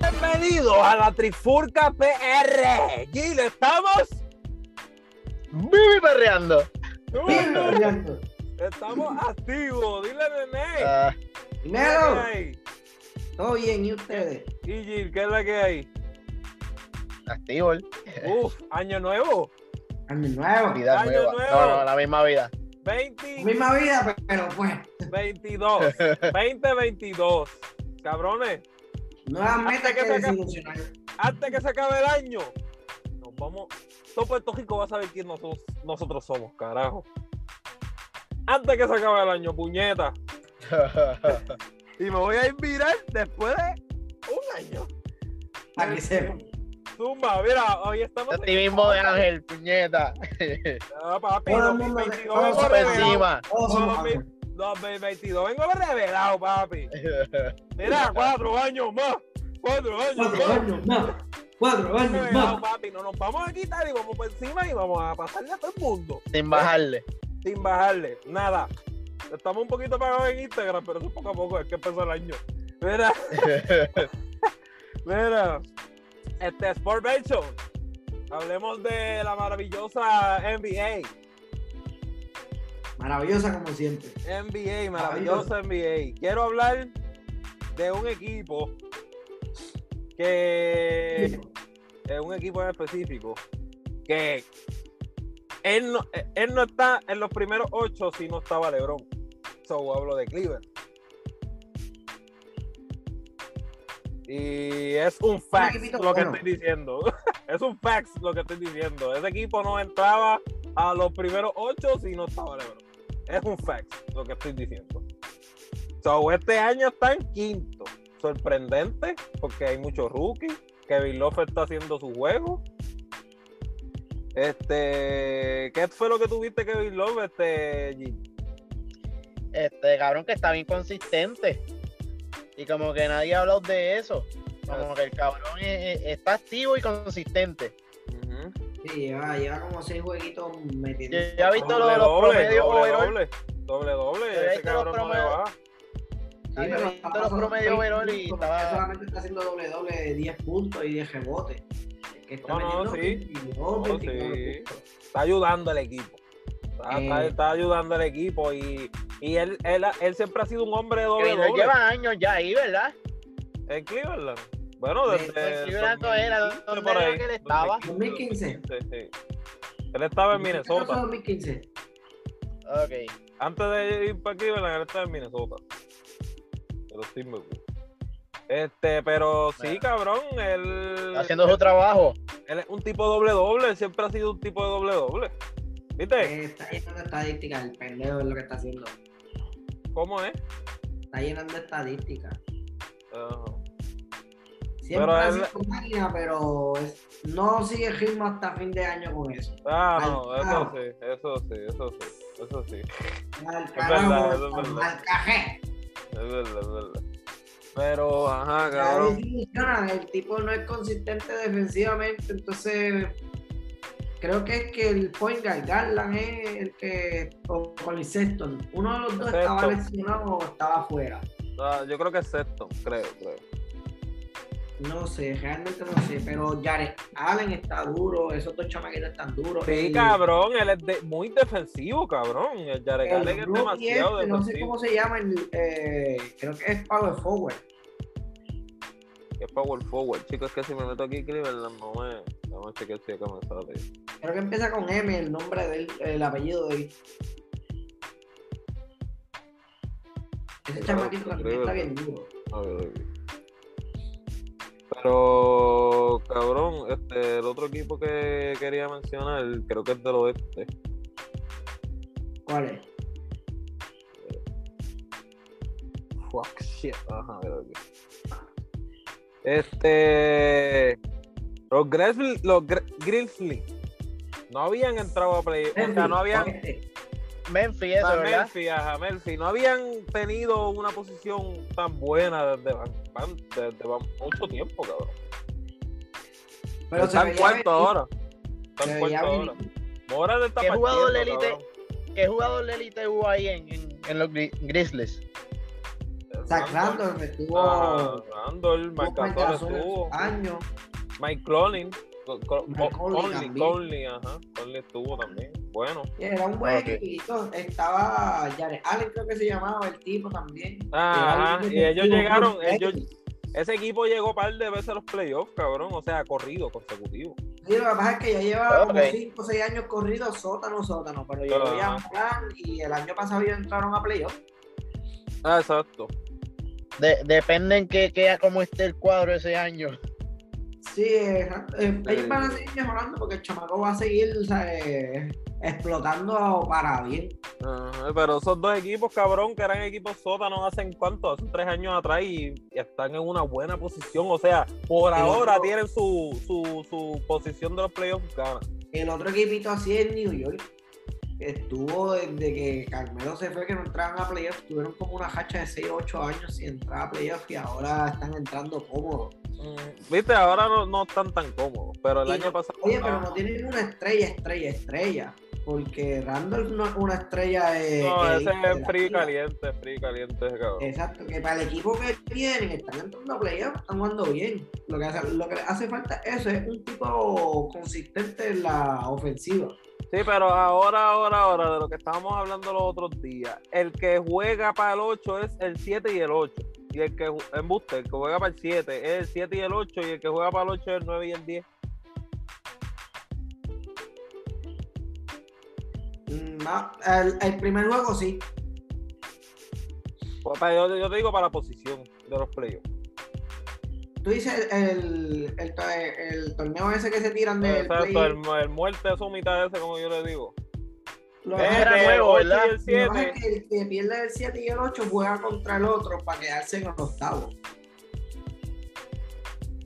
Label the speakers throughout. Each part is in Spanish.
Speaker 1: Bienvenidos a la Trifurca PR. Gil, estamos.
Speaker 2: Vivi perreando.
Speaker 1: Estamos activos. Dile, Nene.
Speaker 2: Ah,
Speaker 3: Primero,
Speaker 1: Nene.
Speaker 3: todo bien, ¿y ustedes?
Speaker 1: Y Gil, ¿qué es la que hay?
Speaker 2: activo.
Speaker 1: Uf, año nuevo.
Speaker 3: Año nuevo.
Speaker 2: Vida
Speaker 1: Año
Speaker 2: nueva.
Speaker 1: nuevo.
Speaker 2: No, no, la misma vida.
Speaker 1: 20,
Speaker 3: Misma vida, pero pues,
Speaker 1: 22. 2022. Cabrones,
Speaker 3: nuevas metas
Speaker 1: que
Speaker 3: que
Speaker 1: te acabes.
Speaker 3: desilusionar.
Speaker 1: antes que se acabe el año, nos vamos. Todo Puerto Rico va a saber quién nosotros, nosotros somos, carajo. Antes que se acabe el año, puñeta. Y me voy a invitar después de un año.
Speaker 3: Para que sepan.
Speaker 1: Zumba, mira, hoy estamos
Speaker 2: Este mismo de Ángel, puñeta.
Speaker 1: Ah, papi,
Speaker 3: Todo el
Speaker 1: 2022
Speaker 3: mundo- todo
Speaker 1: vengo
Speaker 3: el
Speaker 2: Por
Speaker 1: revelado.
Speaker 2: encima.
Speaker 3: Todos somos
Speaker 1: Mami.
Speaker 3: amigos.
Speaker 1: 2022 vengo revelado, papi. Mira, cuatro años más. Cuatro años
Speaker 3: Cuatro
Speaker 1: más.
Speaker 3: años más. Cuatro
Speaker 1: Vengo
Speaker 3: años
Speaker 1: revelado,
Speaker 3: más.
Speaker 1: papi. No nos vamos a quitar y vamos por encima y vamos a pasarle a todo el mundo.
Speaker 2: Sin bajarle.
Speaker 1: Sin bajarle, nada. Estamos un poquito pagados en Instagram, pero eso poco a poco es que empezó el año. Mira, mira. Este Sport Version. Hablemos de la maravillosa NBA.
Speaker 3: Maravillosa como siempre.
Speaker 1: NBA, maravilloso NBA. Quiero hablar de un equipo que
Speaker 2: Eh.
Speaker 1: es eh, un equipo en específico que él no, eh, él no está en los primeros ocho si no estaba LeBron. So hablo de Cleveland. Y es un fact
Speaker 3: equipito
Speaker 1: lo que
Speaker 3: bueno.
Speaker 1: estoy diciendo. es un fact lo que estoy diciendo. Ese equipo no entraba a los primeros ocho si no estaba LeBron. Es un fact lo que estoy diciendo. So, este año está en quinto. Sorprendente, porque hay muchos rookies. Kevin Love está haciendo su juego. Este, ¿qué fue lo que tuviste Kevin Love? Este, Jim?
Speaker 2: Este cabrón que está bien consistente. Y como que nadie ha hablado de eso. Como que el cabrón es- es- está activo y consistente.
Speaker 3: Sí, lleva, lleva como seis jueguitos metidos.
Speaker 2: Yo ya he visto lo
Speaker 1: Doble,
Speaker 2: de los
Speaker 1: doble,
Speaker 2: promedios
Speaker 1: doble,
Speaker 2: overall.
Speaker 1: doble, doble, doble,
Speaker 2: Yo he
Speaker 1: ese
Speaker 2: visto los
Speaker 1: cabrón no le
Speaker 2: promedios.
Speaker 1: va.
Speaker 2: Había visto los promedios overall y estaba.
Speaker 3: solamente está haciendo doble doble de 10 puntos y 10 rebotes. Es que está
Speaker 1: No, no,
Speaker 3: metiendo
Speaker 1: sí.
Speaker 3: 22,
Speaker 1: No,
Speaker 3: 24
Speaker 1: sí.
Speaker 3: puntos.
Speaker 1: Está ayudando al equipo. Está, está-
Speaker 3: Eh.
Speaker 1: está ayudando al equipo y, y él, él, él siempre ha sido un hombre de doble,
Speaker 2: Kevin Love
Speaker 1: doble
Speaker 2: lleva años ya ahí, ¿verdad?
Speaker 1: en Cleveland. Bueno, desde
Speaker 3: Sí,
Speaker 2: en Pues, Cleveland no era,
Speaker 1: 2015
Speaker 2: ¿dónde
Speaker 1: por
Speaker 2: era
Speaker 1: ahí,
Speaker 2: que él estaba?
Speaker 3: 2015.
Speaker 1: sí. Él estaba en
Speaker 3: Este
Speaker 1: Minnesota.
Speaker 3: 2015.
Speaker 2: Ok.
Speaker 1: Antes de ir para Cleveland, él estaba en Minnesota. Pero sí me Este, pero sí,
Speaker 2: Bueno.
Speaker 1: cabrón, él,
Speaker 2: Está haciendo su trabajo.
Speaker 1: él es un tipo doble doble, siempre ha sido un tipo de doble doble. ¿Viste?
Speaker 3: Eh, Está llenando estadísticas, el pendejo es lo que está haciendo.
Speaker 1: ¿Cómo es?
Speaker 3: Está llenando estadísticas.
Speaker 1: Ah,
Speaker 3: Siempre
Speaker 1: Pero
Speaker 3: ha
Speaker 1: él-
Speaker 3: sido máquina, pero es- no sigue el ritmo hasta fin de año con eso.
Speaker 1: ah, no,
Speaker 3: Al
Speaker 1: eso
Speaker 3: carajo.
Speaker 1: sí, eso sí, eso sí, eso sí.
Speaker 3: Al
Speaker 1: verdad,
Speaker 3: carajo,
Speaker 1: es verdad.
Speaker 3: al cajé.
Speaker 1: Es verdad, es verdad. Pero, ajá,
Speaker 3: Ya
Speaker 1: cabrón.
Speaker 3: desilusionan, El tipo no es consistente defensivamente, entonces creo que es que el point guard Garland es el que o con el Sexton, uno de los dos estaba
Speaker 1: Sexton.
Speaker 3: lesionado o estaba afuera.
Speaker 1: Ah, yo creo que es sexto, creo, creo.
Speaker 3: No sé, realmente no sé, pero Jared Allen está duro, esos dos chamaquitos están duros.
Speaker 1: Sí,
Speaker 3: el-
Speaker 1: cabrón, él es de- muy defensivo, cabrón. El Jared
Speaker 3: el
Speaker 1: Allen es
Speaker 3: rookie
Speaker 1: demasiado
Speaker 3: este, no sé
Speaker 1: defensivo.
Speaker 3: cómo se llama, el, eh, creo que es Power Forward.
Speaker 1: Que es Power Forward, chicos, es que si me meto aquí Cleveland no me... Vamos a chequear si acá me sale.
Speaker 3: Creo que empieza con M el nombre del el apellido de él. Ese chamaquito también está bien duro.
Speaker 1: A ver, aquí. Pero, cabrón, este, el otro equipo que quería mencionar, creo que es del oeste.
Speaker 3: ¿Cuál es?
Speaker 1: Fuck shit. Ajá, mira aquí. Este. Los Grizzlies. Los Gri- Grizzlies no habían entrado a play. O sea, no habían.
Speaker 3: Este.
Speaker 2: Memphis, eso,
Speaker 1: a
Speaker 2: ¿verdad?
Speaker 1: Melfi, ajá, Melfi. No habían tenido una posición tan buena desde, van- van- desde van mucho tiempo, cabrón.
Speaker 3: Pero se
Speaker 1: están
Speaker 3: veía
Speaker 1: cuarto
Speaker 3: venir,
Speaker 1: ahora.
Speaker 3: se
Speaker 1: Están
Speaker 3: veía
Speaker 1: cuarto
Speaker 3: venir.
Speaker 1: ahora. Mora de esta
Speaker 2: ¿Qué jugador de élite?
Speaker 1: cabrón.
Speaker 2: ¿Qué jugador de élite hubo ahí en, en- en los Gri- Grizzlies?
Speaker 3: Se Zach Randolph estuvo
Speaker 1: Ah,
Speaker 3: estuvo
Speaker 1: Randall, Mike Gasol
Speaker 3: Gasol en
Speaker 1: estuvo.
Speaker 3: sus años.
Speaker 1: Mike Conley. Co- co-
Speaker 3: Ah. Mike Conley
Speaker 1: Conley,
Speaker 3: también.
Speaker 1: Conley, ajá. Conley estuvo también. Bueno.
Speaker 3: Era un buen
Speaker 2: Ok.
Speaker 3: equipito. Estaba Jared Allen, creo que se llamaba el tipo también.
Speaker 1: Ah,
Speaker 3: Era
Speaker 1: ajá,
Speaker 3: un
Speaker 1: y ellos
Speaker 3: equipo
Speaker 1: llegaron,
Speaker 3: muy
Speaker 1: ellos-
Speaker 3: bueno.
Speaker 1: Ese equipo llegó un par de veces a los playoffs, cabrón. O sea, corrido, consecutivo.
Speaker 3: Sí, lo que pasa es que ya lleva
Speaker 2: Ok.
Speaker 3: como 5 o 6 años corridos sótano, sótano, pero llegó
Speaker 1: Ajá.
Speaker 3: ya Plan y el año pasado ya entraron a playoff.
Speaker 1: Ah, exacto.
Speaker 2: De- depende en qué queda como esté el cuadro ese año.
Speaker 3: Sí, eh, eh,
Speaker 1: Sí.
Speaker 3: ellos van a seguir mejorando porque el chamaco va a seguir o sea, eh, explotando para bien.
Speaker 1: Ajá, pero esos dos equipos, cabrón, que eran equipos sótanos hace cuánto, hace tres años atrás y, y están en una buena posición. O sea, por
Speaker 3: Sí,
Speaker 1: ahora
Speaker 3: pero-
Speaker 1: tienen su, su, su posición de los playoffs gana.
Speaker 3: El otro equipito así es New York. que Estuvo desde que Carmelo se fue, que no entraban a playoff. Tuvieron como una hacha de 6 o 8 años sin entrar a playoff y ahora están entrando cómodos.
Speaker 1: Mm, Viste, ahora no, no están tan cómodos, pero el
Speaker 3: Sí,
Speaker 1: año pasado.
Speaker 3: Oye, pero no tienen una estrella, estrella, estrella. Porque Randolph no es una estrella de.
Speaker 1: No,
Speaker 3: que-
Speaker 1: ese
Speaker 3: de
Speaker 1: es
Speaker 3: eh, la
Speaker 1: frío y
Speaker 3: liga. Eh.
Speaker 1: caliente, frío y caliente ese cabrón.
Speaker 3: Exacto, que para el equipo que tienen, están entrando a playoff, están jugando bien. Lo que, hace, lo que le hace falta eso es un tipo consistente en la ofensiva.
Speaker 1: Sí, pero ahora, ahora, ahora, de lo que estábamos hablando los otros días, el que juega para el 8 es el 7 y el 8. Y el que ju- embuste, el que juega para el 7 es el 7 y el 8, y el que juega para el 8 es el 9 y el 10.
Speaker 3: Mm, ah, el, el primer juego sí,
Speaker 1: O sea, Pues, yo, yo te digo para la posición de los playoffs.
Speaker 3: Tú dices el, el, to- el torneo ese que se tiran del play.
Speaker 1: Exacto, el, el muerte es su mitad ese, como yo le digo.
Speaker 3: Lo
Speaker 1: Es
Speaker 2: Era
Speaker 1: el
Speaker 2: nuevo,
Speaker 1: 8
Speaker 2: ¿verdad?
Speaker 1: Y el
Speaker 3: lo que pasa
Speaker 1: 7.
Speaker 3: es que el que pierde el 7 y el 8 juega contra el otro para quedarse en el octavo.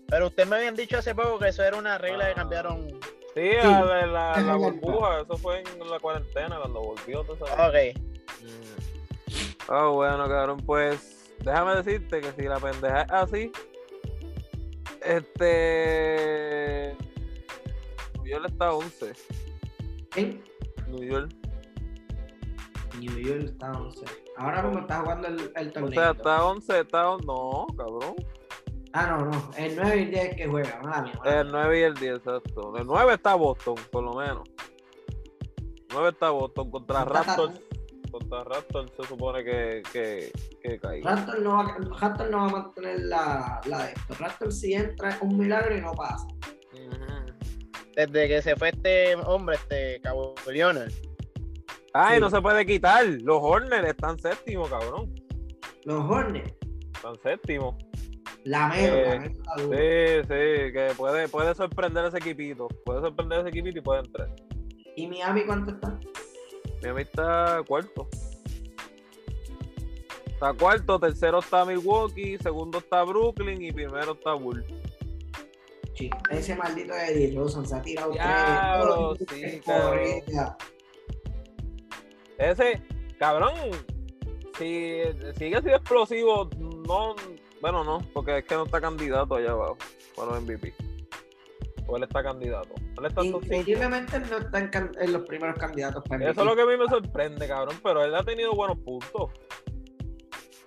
Speaker 2: Pero ustedes me habían dicho hace poco que eso era una regla
Speaker 1: Ah.
Speaker 2: que cambiaron.
Speaker 1: Sí, la, la, la,
Speaker 3: Déjame
Speaker 1: burbuja, eso fue en la cuarentena cuando volvió, tú sabes.
Speaker 2: Ok.
Speaker 1: Mm. Ah, bueno, cabrón, pues déjame decirte que si la pendeja es así, este. New York está a 11.
Speaker 3: En
Speaker 1: New York.
Speaker 3: New York está 11. Ahora como está jugando el, el
Speaker 1: O
Speaker 3: torneo.
Speaker 1: sea, está a 11, está a on- No, cabrón.
Speaker 3: Ah, no, no. El 9 y el 10 que juega. Mala mía, mala
Speaker 1: El 9 y el 10, exacto. El 9 está Boston, por lo menos. El 9 está Boston contra
Speaker 3: Está-
Speaker 1: Raptors. Contra Raptors se supone que, que, que caiga.
Speaker 3: Raptor no, va, Raptor no va a mantener la, la de esto. Raptor si entra es un milagro y no pasa.
Speaker 1: Ujú.
Speaker 2: Desde que se fue este hombre, este Cabo Leonard.
Speaker 1: Ay,
Speaker 3: Sí.
Speaker 1: no se puede quitar. Los Hornets están séptimo, cabrón.
Speaker 3: Los Hornets,
Speaker 1: Están séptimo.
Speaker 3: la mero,
Speaker 1: Eh,
Speaker 3: la mero está dura.
Speaker 1: Sí, sí, que puede, puede sorprender ese equipito. Puede sorprender ese equipito y puede entrar.
Speaker 3: ¿Y Miami cuánto está?
Speaker 1: Miami está cuarto. Está cuarto, tercero está Milwaukee, segundo está Brooklyn y primero está Bull.
Speaker 3: Chico, ese maldito Eddie Rosen se ha tirado tres.
Speaker 1: Diablo,
Speaker 3: todos los
Speaker 1: sí,
Speaker 3: tres
Speaker 1: cabrón.
Speaker 3: corridas.
Speaker 1: Ese, cabrón, si sigue siendo explosivo, no, bueno, no, porque es que no está candidato allá abajo para los MVP. O él está candidato. Él está en top cinco.
Speaker 3: Increíblemente no está en, can- en los primeros candidatos para
Speaker 1: Eso
Speaker 3: MVP.
Speaker 1: es lo que a mí me sorprende, cabrón, pero él ha tenido buenos puntos.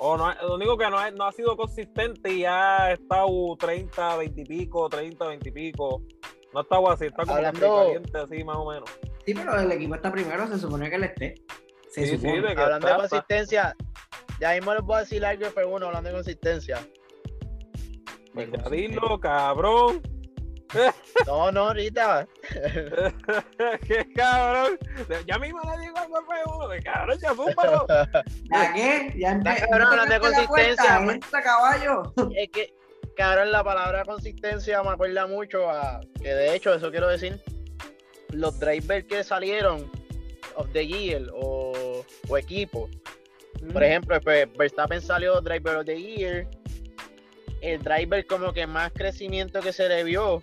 Speaker 1: O no, ha- lo único que no ha, no ha sido consistente y ha estado 30, 20 y pico, 30, 20 y pico. No ha estado así, está como que
Speaker 2: Hablando-
Speaker 1: caliente así más o menos.
Speaker 3: Sí, pero el equipo está primero, se supone que él esté. Se
Speaker 1: Sí, sí,
Speaker 3: supone.
Speaker 1: de que
Speaker 2: Hablando de
Speaker 1: está- está-
Speaker 2: consistencia, ya mismo les voy a decir algo fue uno hablando de consistencia.
Speaker 1: pues ya dilo, cabrón.
Speaker 2: No, no, ahorita.
Speaker 1: Qué cabrón. Ya mismo le digo al golpe de cabrón, ya súpalo.
Speaker 3: ¿Ya qué? Ya empe-
Speaker 2: Está cabrón,
Speaker 3: empezaste
Speaker 2: hablando de
Speaker 3: la cuenta,
Speaker 2: consistencia,
Speaker 3: entra, caballo.
Speaker 2: es que, cabrón, la palabra consistencia me acuerda mucho a que de hecho, eso quiero decir, los drivers que salieron of the year o, o equipo. Por ejemplo, pues, Verstappen salió driver of the year. El driver como que más crecimiento que se le vio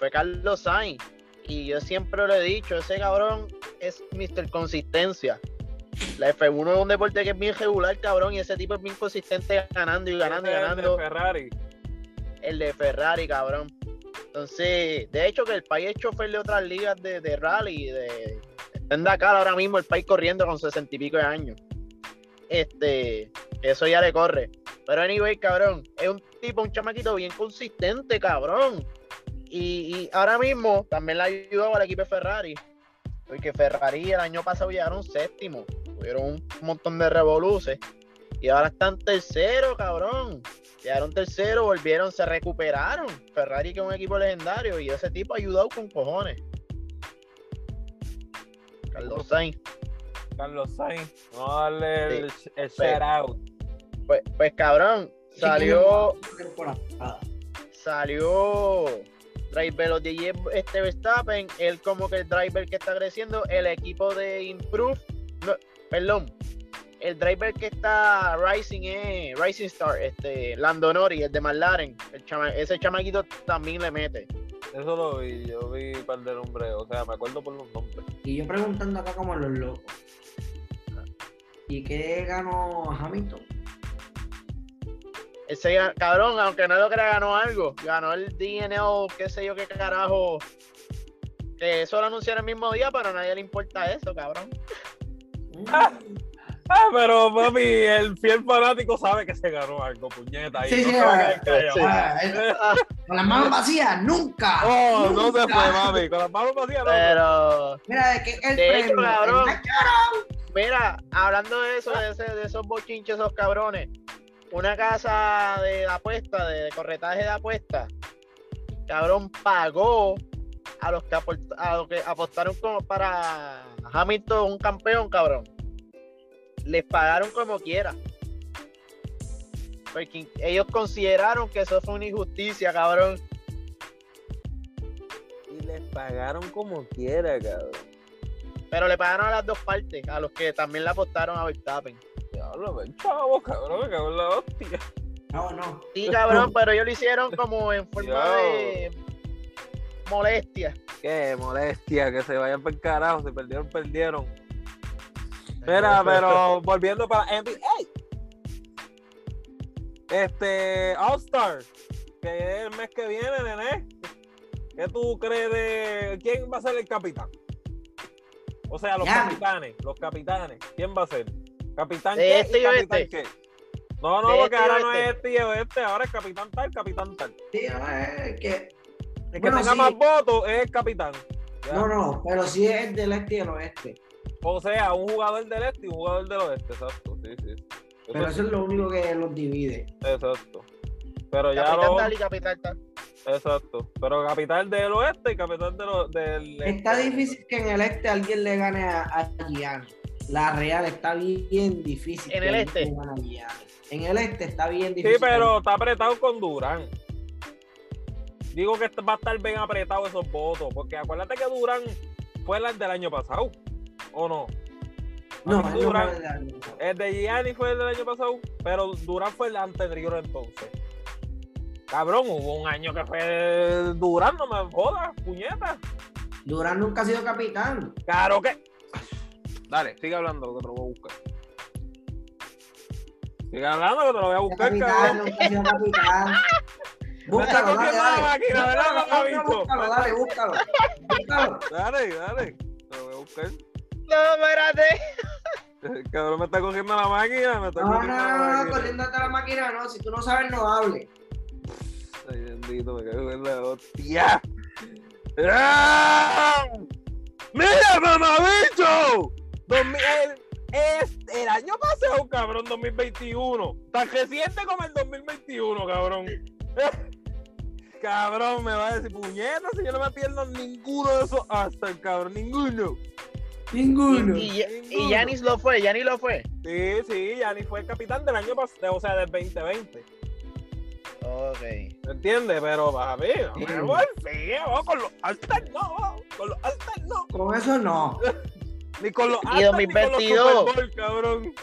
Speaker 2: fue Carlos Sainz. Y yo siempre lo he dicho, ese cabrón es Mr. Consistencia. La F1 es un deporte que es bien regular, cabrón, y ese tipo es bien consistente ganando y ganando y
Speaker 1: Ese este es el de
Speaker 2: ganando
Speaker 1: Ferrari.
Speaker 2: el de Ferrari, cabrón. Entonces, de hecho, que el país es chofer de otras ligas de, de rally. De, está en Dakar ahora mismo, el país corriendo con sesenta y pico de años. Este, eso ya le corre. Pero anyway, cabrón, es un tipo, un chamaquito bien consistente, cabrón. Y, y ahora mismo también le ayudó al equipo de Ferrari. Porque Ferrari el año pasado llegaron séptimo. Tuvieron un montón de revoluces. Y ahora están tercero, cabrón. Llegaron tercero, volvieron, se recuperaron. Ferrari que es un equipo legendario. Y ese tipo ha ayudado con cojones. Carlos Sainz.
Speaker 1: Carlos Sainz. Vamos a darle el, el
Speaker 2: Pero-
Speaker 1: shout out.
Speaker 2: Pues, pues cabrón, salió,
Speaker 3: Temporada.
Speaker 2: salió driver los DJ este Verstappen, él como que el driver que está creciendo, el equipo de Improve, no, perdón, el driver que está Rising eh, Rising Star, este Lando Norris, el de McLaren, el chama- ese chamaquito también le mete.
Speaker 1: Eso lo vi, yo vi un par de nombres, o sea, me acuerdo por los nombres.
Speaker 3: Y yo preguntando acá como los locos. ¿Y qué ganó Hamilton?
Speaker 2: Ese ga- cabrón, aunque no lo crea, ganó algo. Ganó el DNO, qué sé yo qué carajo. Que eso lo anunciaron el mismo día, pero a nadie le importa eso, cabrón.
Speaker 3: Mm.
Speaker 1: Ah. Ah, pero papi, el fiel fanático sabe que se ganó algo, puñeta. y
Speaker 3: Sí,
Speaker 1: no
Speaker 3: sí,
Speaker 1: se va a
Speaker 3: ah,
Speaker 1: quedar callado.
Speaker 2: sí.
Speaker 3: Ah, eh, Con las manos vacías, nunca.
Speaker 1: Oh, no se fue,
Speaker 3: nunca.
Speaker 1: papi. Con las manos vacías, no.
Speaker 2: Pero,
Speaker 3: Mira, de que el
Speaker 2: De hecho,
Speaker 3: premio.
Speaker 2: cabrón.
Speaker 3: el-
Speaker 2: mira, hablando de eso, de, ese- de esos bochinches, esos cabrones, una casa de apuesta, de corretaje de apuesta, cabrón, pagó a los que, aport- a los que apostaron como para Hamilton un campeón, cabrón. Les pagaron como quiera. Porque ellos consideraron que eso fue una injusticia, cabrón.
Speaker 1: Y les pagaron como quiera, cabrón.
Speaker 2: Pero le pagaron a las dos partes, a los que también le apostaron a Verstappen.
Speaker 1: Diablo, ven, chavo, cabrón, me cago en la hostia. Ah,
Speaker 3: No, no.
Speaker 2: Sí, cabrón, pero ellos lo hicieron como en forma de molestia.
Speaker 1: Qué molestia, que se vayan por carajo, se perdieron, perdieron. Mira, pero volviendo para NBA. Este, All Star, que es el mes que viene, nene. ¿Qué tú crees de quién va a ser el capitán? O sea, los
Speaker 3: Ya.
Speaker 1: capitanes, los capitanes. ¿Quién va a ser? ¿Capitán
Speaker 2: ¿De
Speaker 1: qué? y
Speaker 2: este y
Speaker 1: capitán
Speaker 2: oeste?
Speaker 1: qué? No, no,
Speaker 2: ¿De
Speaker 1: porque
Speaker 2: este y
Speaker 1: ahora no es
Speaker 2: oeste?
Speaker 1: este y oeste, ahora es capitán tal, capitán tal.
Speaker 3: Sí, no, eh, que-
Speaker 1: El que
Speaker 3: Bueno,
Speaker 1: tenga
Speaker 3: sí.
Speaker 1: más votos es el capitán. Ya.
Speaker 3: no, no, pero sí es del este y del oeste.
Speaker 1: O sea, un jugador del este y un jugador del oeste, exacto. Sí, sí. Eso
Speaker 3: Pero eso es lo único que los divide.
Speaker 1: Exacto. Pero ya
Speaker 2: Capitán
Speaker 1: lo.
Speaker 2: tal y capital tal.
Speaker 1: Exacto. Pero capital del oeste y capital del, o- del este.
Speaker 3: Está difícil que en el este alguien le gane a, a Gianni. La Real está bien difícil.
Speaker 2: ¿En
Speaker 3: que
Speaker 2: el
Speaker 3: alguien
Speaker 2: este?
Speaker 3: le gane a Gianni. En el este está bien
Speaker 1: Sí,
Speaker 3: difícil.
Speaker 1: pero está apretado con Durán. Digo que va a estar bien apretado esos votos. Porque acuérdate que Durán fue el del año pasado. ¿O no?
Speaker 3: No,
Speaker 1: Para mí
Speaker 3: no,
Speaker 1: Durán-
Speaker 3: no, no.
Speaker 1: El de Gianni fue el del año pasado, pero Durán fue el anterior entonces. Cabrón, hubo un año que fue Durán, no me jodas, puñeta.
Speaker 3: Durán nunca ha sido capitán.
Speaker 1: Claro que. Dale, sigue hablando que te lo voy a buscar. Sigue hablando que te lo voy a buscar,
Speaker 3: capitán
Speaker 1: cabrón.
Speaker 3: nunca ha sido capitán.
Speaker 1: Me está
Speaker 3: Búscalo, dale,
Speaker 1: cogiendo la
Speaker 3: dale.
Speaker 1: máquina, ¿verdad? No lo ha
Speaker 3: No, no,
Speaker 1: visto.
Speaker 3: Búscalo, dale, búscalo. Búscalo.
Speaker 1: Dale, dale. Te lo voy a buscar.
Speaker 2: No, espérate.
Speaker 1: El cabrón me está cogiendo la máquina, me está
Speaker 3: Pues No,
Speaker 1: cogiendo
Speaker 3: no,
Speaker 1: la
Speaker 3: no, no,
Speaker 1: máquina.
Speaker 3: corriéndote la máquina, no. Si tú no sabes, no hables.
Speaker 1: Ay, bendito, me cago en la hostia. ¡Ah! ¡Mira, mamabicho! 2000 el- es el año pasado, cabrón, 2021. Tan reciente como el 2021, cabrón. Cabrón, me va a decir, puñeta, si yo no me pierdo ninguno de esos hasta el cabrón, ninguno.
Speaker 3: Ninguno.
Speaker 2: Y, y Yanis lo fue, Yanis lo fue.
Speaker 1: Sí, sí, ya ni fue el capitán del año pasado, o sea, del 2020.
Speaker 2: Ok.
Speaker 1: ¿Me entiendes? Pero, papi,
Speaker 3: Sí.
Speaker 1: me voy feo, con los alters no, vamos, con los alters no.
Speaker 3: Con eso no.
Speaker 1: Ni con los
Speaker 2: Y
Speaker 1: Astros, ni con los
Speaker 2: 2022.
Speaker 1: Super Bowl, cabrón.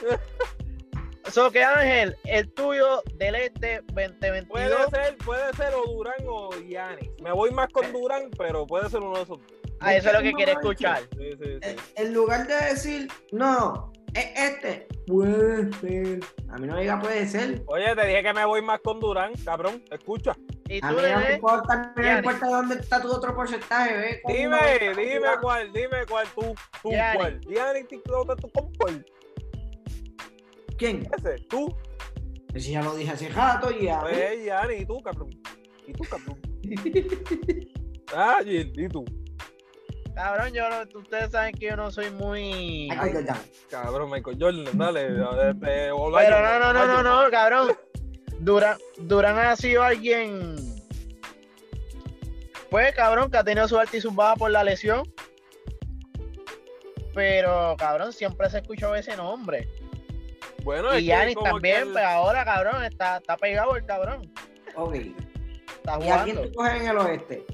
Speaker 2: So que Ángel, el tuyo del este 2022.
Speaker 1: Puede ser, puede ser o Durán o Giannis. Me voy más con Durán, pero puede ser uno de esos. dos.
Speaker 2: Ah, eso es lo que quiere escuchar.
Speaker 1: Sí, sí, sí.
Speaker 3: Eh, En lugar de decir, no, es este. Puede ser. A mí no me diga puede ser.
Speaker 1: Oye, te dije que me voy más con Durán, cabrón. Escucha.
Speaker 2: Y
Speaker 3: A
Speaker 2: tú Este,
Speaker 3: mí no me
Speaker 2: le
Speaker 3: importa, no me
Speaker 2: Giannis.
Speaker 3: importa dónde está tu otro porcentaje, ve. cómo
Speaker 1: Dime,
Speaker 3: va.
Speaker 1: dime cuál, dime cuál tú, tú
Speaker 2: Giannis.
Speaker 1: cuál. Giannis, tú, tú, tú, tú, con cuál.
Speaker 3: ¿Quién?
Speaker 1: Ese, tú.
Speaker 3: Eso ya lo dije hace rato y a
Speaker 1: Pues, y Ani, y tú, cabrón. Y tú, cabrón. Ah, Gil, y tú.
Speaker 2: Cabrón, yo no, ustedes saben que yo no soy muy.
Speaker 3: Ay, ya, ya.
Speaker 1: Cabrón, Michael Jordan, dale. Este,
Speaker 2: Pero no, no, no, no, no, cabrón. Durán, Durán ha sido alguien. Pues, cabrón, que ha tenido su alta y sus bajas por la lesión. Pero, cabrón, siempre se escuchó ese nombre.
Speaker 1: Bueno, es
Speaker 2: y
Speaker 1: que
Speaker 2: Yanis
Speaker 1: como
Speaker 2: también,
Speaker 1: que el-
Speaker 2: pero ahora, cabrón, está, está pegado el cabrón.
Speaker 3: Ok.
Speaker 2: Está
Speaker 3: ¿Y a quién
Speaker 2: jugando.
Speaker 3: te cogen en el oeste?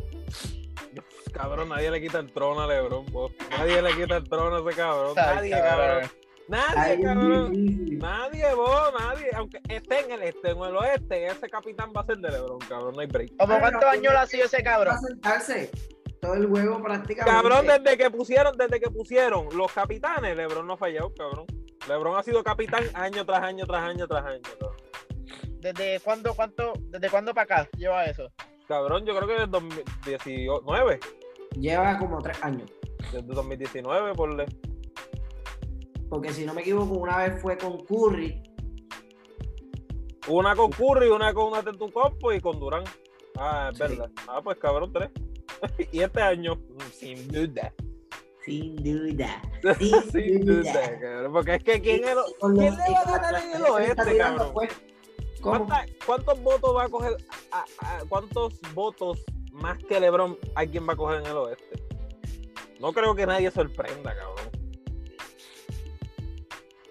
Speaker 1: Cabrón, nadie le quita el trono a Lebron, vos. Nadie le quita el trono a ese cabrón.
Speaker 2: Ay,
Speaker 1: Nadie, cabrón.
Speaker 3: Ahí
Speaker 1: Nadie,
Speaker 3: es
Speaker 1: cabrón.
Speaker 3: difícil.
Speaker 1: Nadie, vos, nadie. Aunque esté en el este o en el oeste, ese capitán va a ser de Lebron, cabrón. No hay break.
Speaker 2: ¿Cómo
Speaker 3: Ay,
Speaker 2: cuántos
Speaker 3: no,
Speaker 2: años le ha sido ese
Speaker 3: Va a
Speaker 2: cabrón?
Speaker 3: sentarse todo el juego prácticamente.
Speaker 1: Cabrón, eh. desde que pusieron, desde que pusieron los capitanes, Lebron no ha fallado, cabrón. Lebron ha sido capitán año tras año, tras año, tras año. cabrón.
Speaker 2: ¿Desde cuándo, cuánto, desde cuándo para acá lleva eso?
Speaker 1: Cabrón, yo creo que desde 2019,
Speaker 3: Lleva como tres años.
Speaker 1: desde 2019, por le-
Speaker 3: Porque si no me equivoco, una vez fue con Curry.
Speaker 1: una con Curry, una con una Compo y con Durán. Ah, es
Speaker 3: Sí.
Speaker 1: verdad. Ah, pues cabrón, tres. y este año, mm, sin duda,
Speaker 3: Sin duda.
Speaker 1: sin duda, cabrón. Porque es que quién es lo-
Speaker 3: Con los-
Speaker 1: quién le va a ganar en el oeste,
Speaker 3: Está tirando,
Speaker 1: cabrón?
Speaker 3: pues. ¿Cómo?
Speaker 1: ¿Cuánta- ¿Cuántos votos va a coger? a- a- ¿Cuántos votos más que LeBron alguien va a coger en el oeste? No creo que nadie sorprenda, cabrón.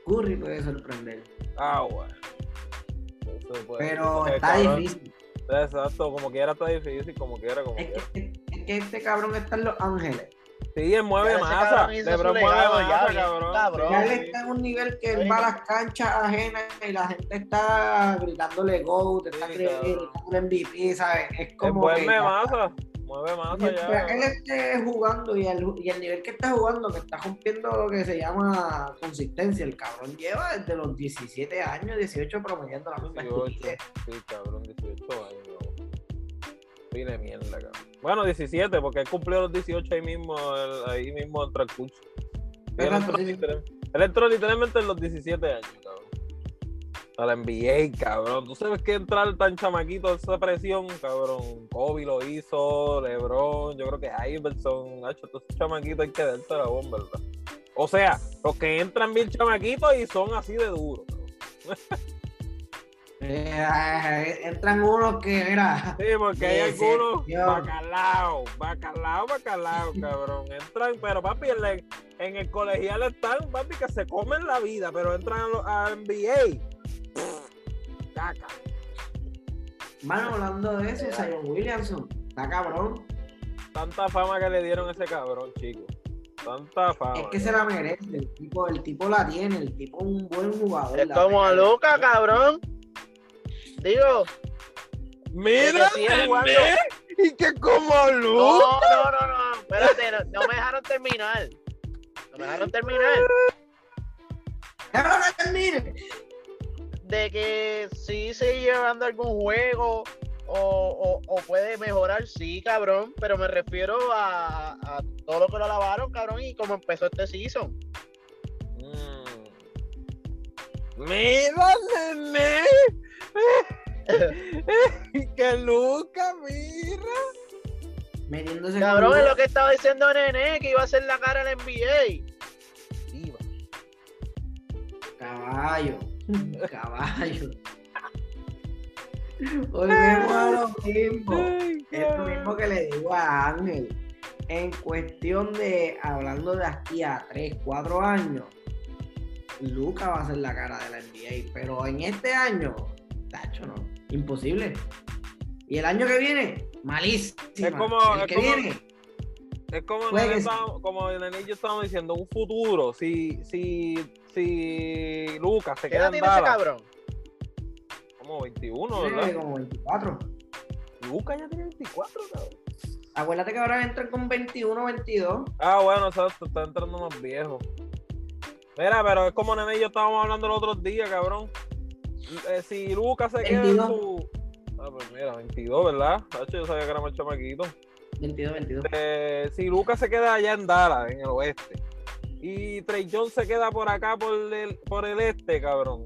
Speaker 3: Curry puede sorprender.
Speaker 1: Ah, bueno. Eso puede- eso
Speaker 3: Pero
Speaker 1: es,
Speaker 3: está
Speaker 1: Eh, cabrón.
Speaker 3: difícil.
Speaker 1: Exacto, como quiera está difícil, como quiera, como
Speaker 3: Es
Speaker 1: quiera.
Speaker 3: que, es que este cabrón está en Los Ángeles.
Speaker 1: Sí, él mueve
Speaker 2: Ya ese
Speaker 1: masa.
Speaker 2: cabrón hizo
Speaker 1: LeBron
Speaker 2: su
Speaker 1: mueve
Speaker 2: legado ya,
Speaker 1: masa,
Speaker 2: bien,
Speaker 1: cabrón.
Speaker 2: cabrón.
Speaker 3: Ya
Speaker 1: Sí.
Speaker 3: él está en un nivel que él
Speaker 2: Sí.
Speaker 3: va a las canchas ajenas y la gente está gritándole go, te está
Speaker 1: Sí,
Speaker 3: creyendo,
Speaker 1: cabrón.
Speaker 3: gritándole MVP, ¿sabes? Es
Speaker 1: Él
Speaker 3: como. que
Speaker 1: mueve
Speaker 3: ya-
Speaker 1: masa. Mueve
Speaker 2: Ah,
Speaker 1: masa ya.
Speaker 3: Mientras él esté jugando y el, y el nivel que está jugando, que está rompiendo lo que se llama consistencia, el cabrón lleva desde los 17 años, 18 promediando la misma
Speaker 1: 18.
Speaker 3: estupidez.
Speaker 1: Sí, cabrón, 18 años. Pine mierda, cabrón. Bueno, 17, porque él cumplió los 18 ahí mismo, el- ahí mismo entre el curso. Y Él
Speaker 3: Pero
Speaker 1: entró,
Speaker 3: entonces-
Speaker 1: literal- él entró literalmente en los 17 años, cabrón. A la NBA, cabrón. Tú sabes que entrar tan chamaquito, esa presión, cabrón. Kobe lo hizo, LeBron, yo creo que Iverson, Nacho, todos esos chamaquitos hay que darse la bomba, ¿verdad? O sea, los que entran bien chamaquitos y son así de duros. cabrón.
Speaker 3: Eh, entran unos que era.
Speaker 1: Sí, porque hay
Speaker 3: Sí, sí,
Speaker 1: algunos
Speaker 3: yo.
Speaker 1: bacalao, bacalao, bacalao, cabrón. Entran, pero papi, en, la- en el colegial están, papi, que se comen la vida, pero entran a, lo- a NBA. Pff, Caca.
Speaker 3: Mano, hablando de eso, Zion Williamson, está cabrón.
Speaker 1: Tanta fama que le dieron a ese cabrón, chico. Tanta
Speaker 2: Ah,
Speaker 1: fama.
Speaker 3: Es que se la merece, el tipo, el tipo la tiene, el tipo es un buen jugador.
Speaker 2: Es
Speaker 3: la
Speaker 2: como
Speaker 3: verdad.
Speaker 2: Luca, cabrón. Digo,
Speaker 1: Mira,
Speaker 2: Es que sí, es
Speaker 1: ¿entendés? y que como
Speaker 2: no,
Speaker 1: luz.
Speaker 2: no, no, no, espérate, no, no me dejaron terminar. No me dejaron terminar.
Speaker 3: Cabrón, mire.
Speaker 2: De que sí sigue llevando algún juego o, o- o puede mejorar, sí, cabrón. Pero me refiero a, a todo lo que lo alabaron, cabrón, y cómo empezó este season.
Speaker 1: Mm. Mira, nene. y que Luca, mira.
Speaker 3: Metiéndose
Speaker 2: Cabrón,
Speaker 3: con-
Speaker 2: es lo que estaba diciendo Nene, que iba a ser la cara en la NBA.
Speaker 3: Caballo, caballo. Volvemos a lo mismo. Es lo mismo que le digo a Ángel. En cuestión de, hablando de aquí a 3, 4 años, Luca va a ser la cara de la NBA. Pero en este año, tacho, no. Imposible. Y el año que viene, malísimo.
Speaker 1: Es como-
Speaker 3: el
Speaker 1: es
Speaker 3: que
Speaker 1: como-
Speaker 3: viene.
Speaker 1: Es como,
Speaker 3: Juegues.
Speaker 1: Nene estaba- como Nene y yo estábamos diciendo, un futuro. Si, si, si Lucas se
Speaker 2: ¿Qué
Speaker 1: queda
Speaker 2: edad
Speaker 1: en
Speaker 2: tiene ese
Speaker 1: Dallas,
Speaker 2: cabrón?
Speaker 1: como 21,
Speaker 3: Tiene
Speaker 1: ¿verdad?
Speaker 3: como 24.
Speaker 1: Lucas ya tiene 24, cabrón.
Speaker 3: Acuérdate que ahora entran con 21, 22.
Speaker 1: Ah, bueno, exacto, está entrando más viejo. Mira, pero es como Nene y yo estábamos hablando el otro día, cabrón. Eh, si Lucas se queda en
Speaker 3: 22.
Speaker 1: su. Ah, pues mira, 22, ¿verdad? Tacho, yo sabía que era más chamaquito.
Speaker 3: 22, 22.
Speaker 1: Eh, si Lucas se queda allá en Dallas, en el oeste, y Trey Jones se queda por acá, por el, por el este, cabrón.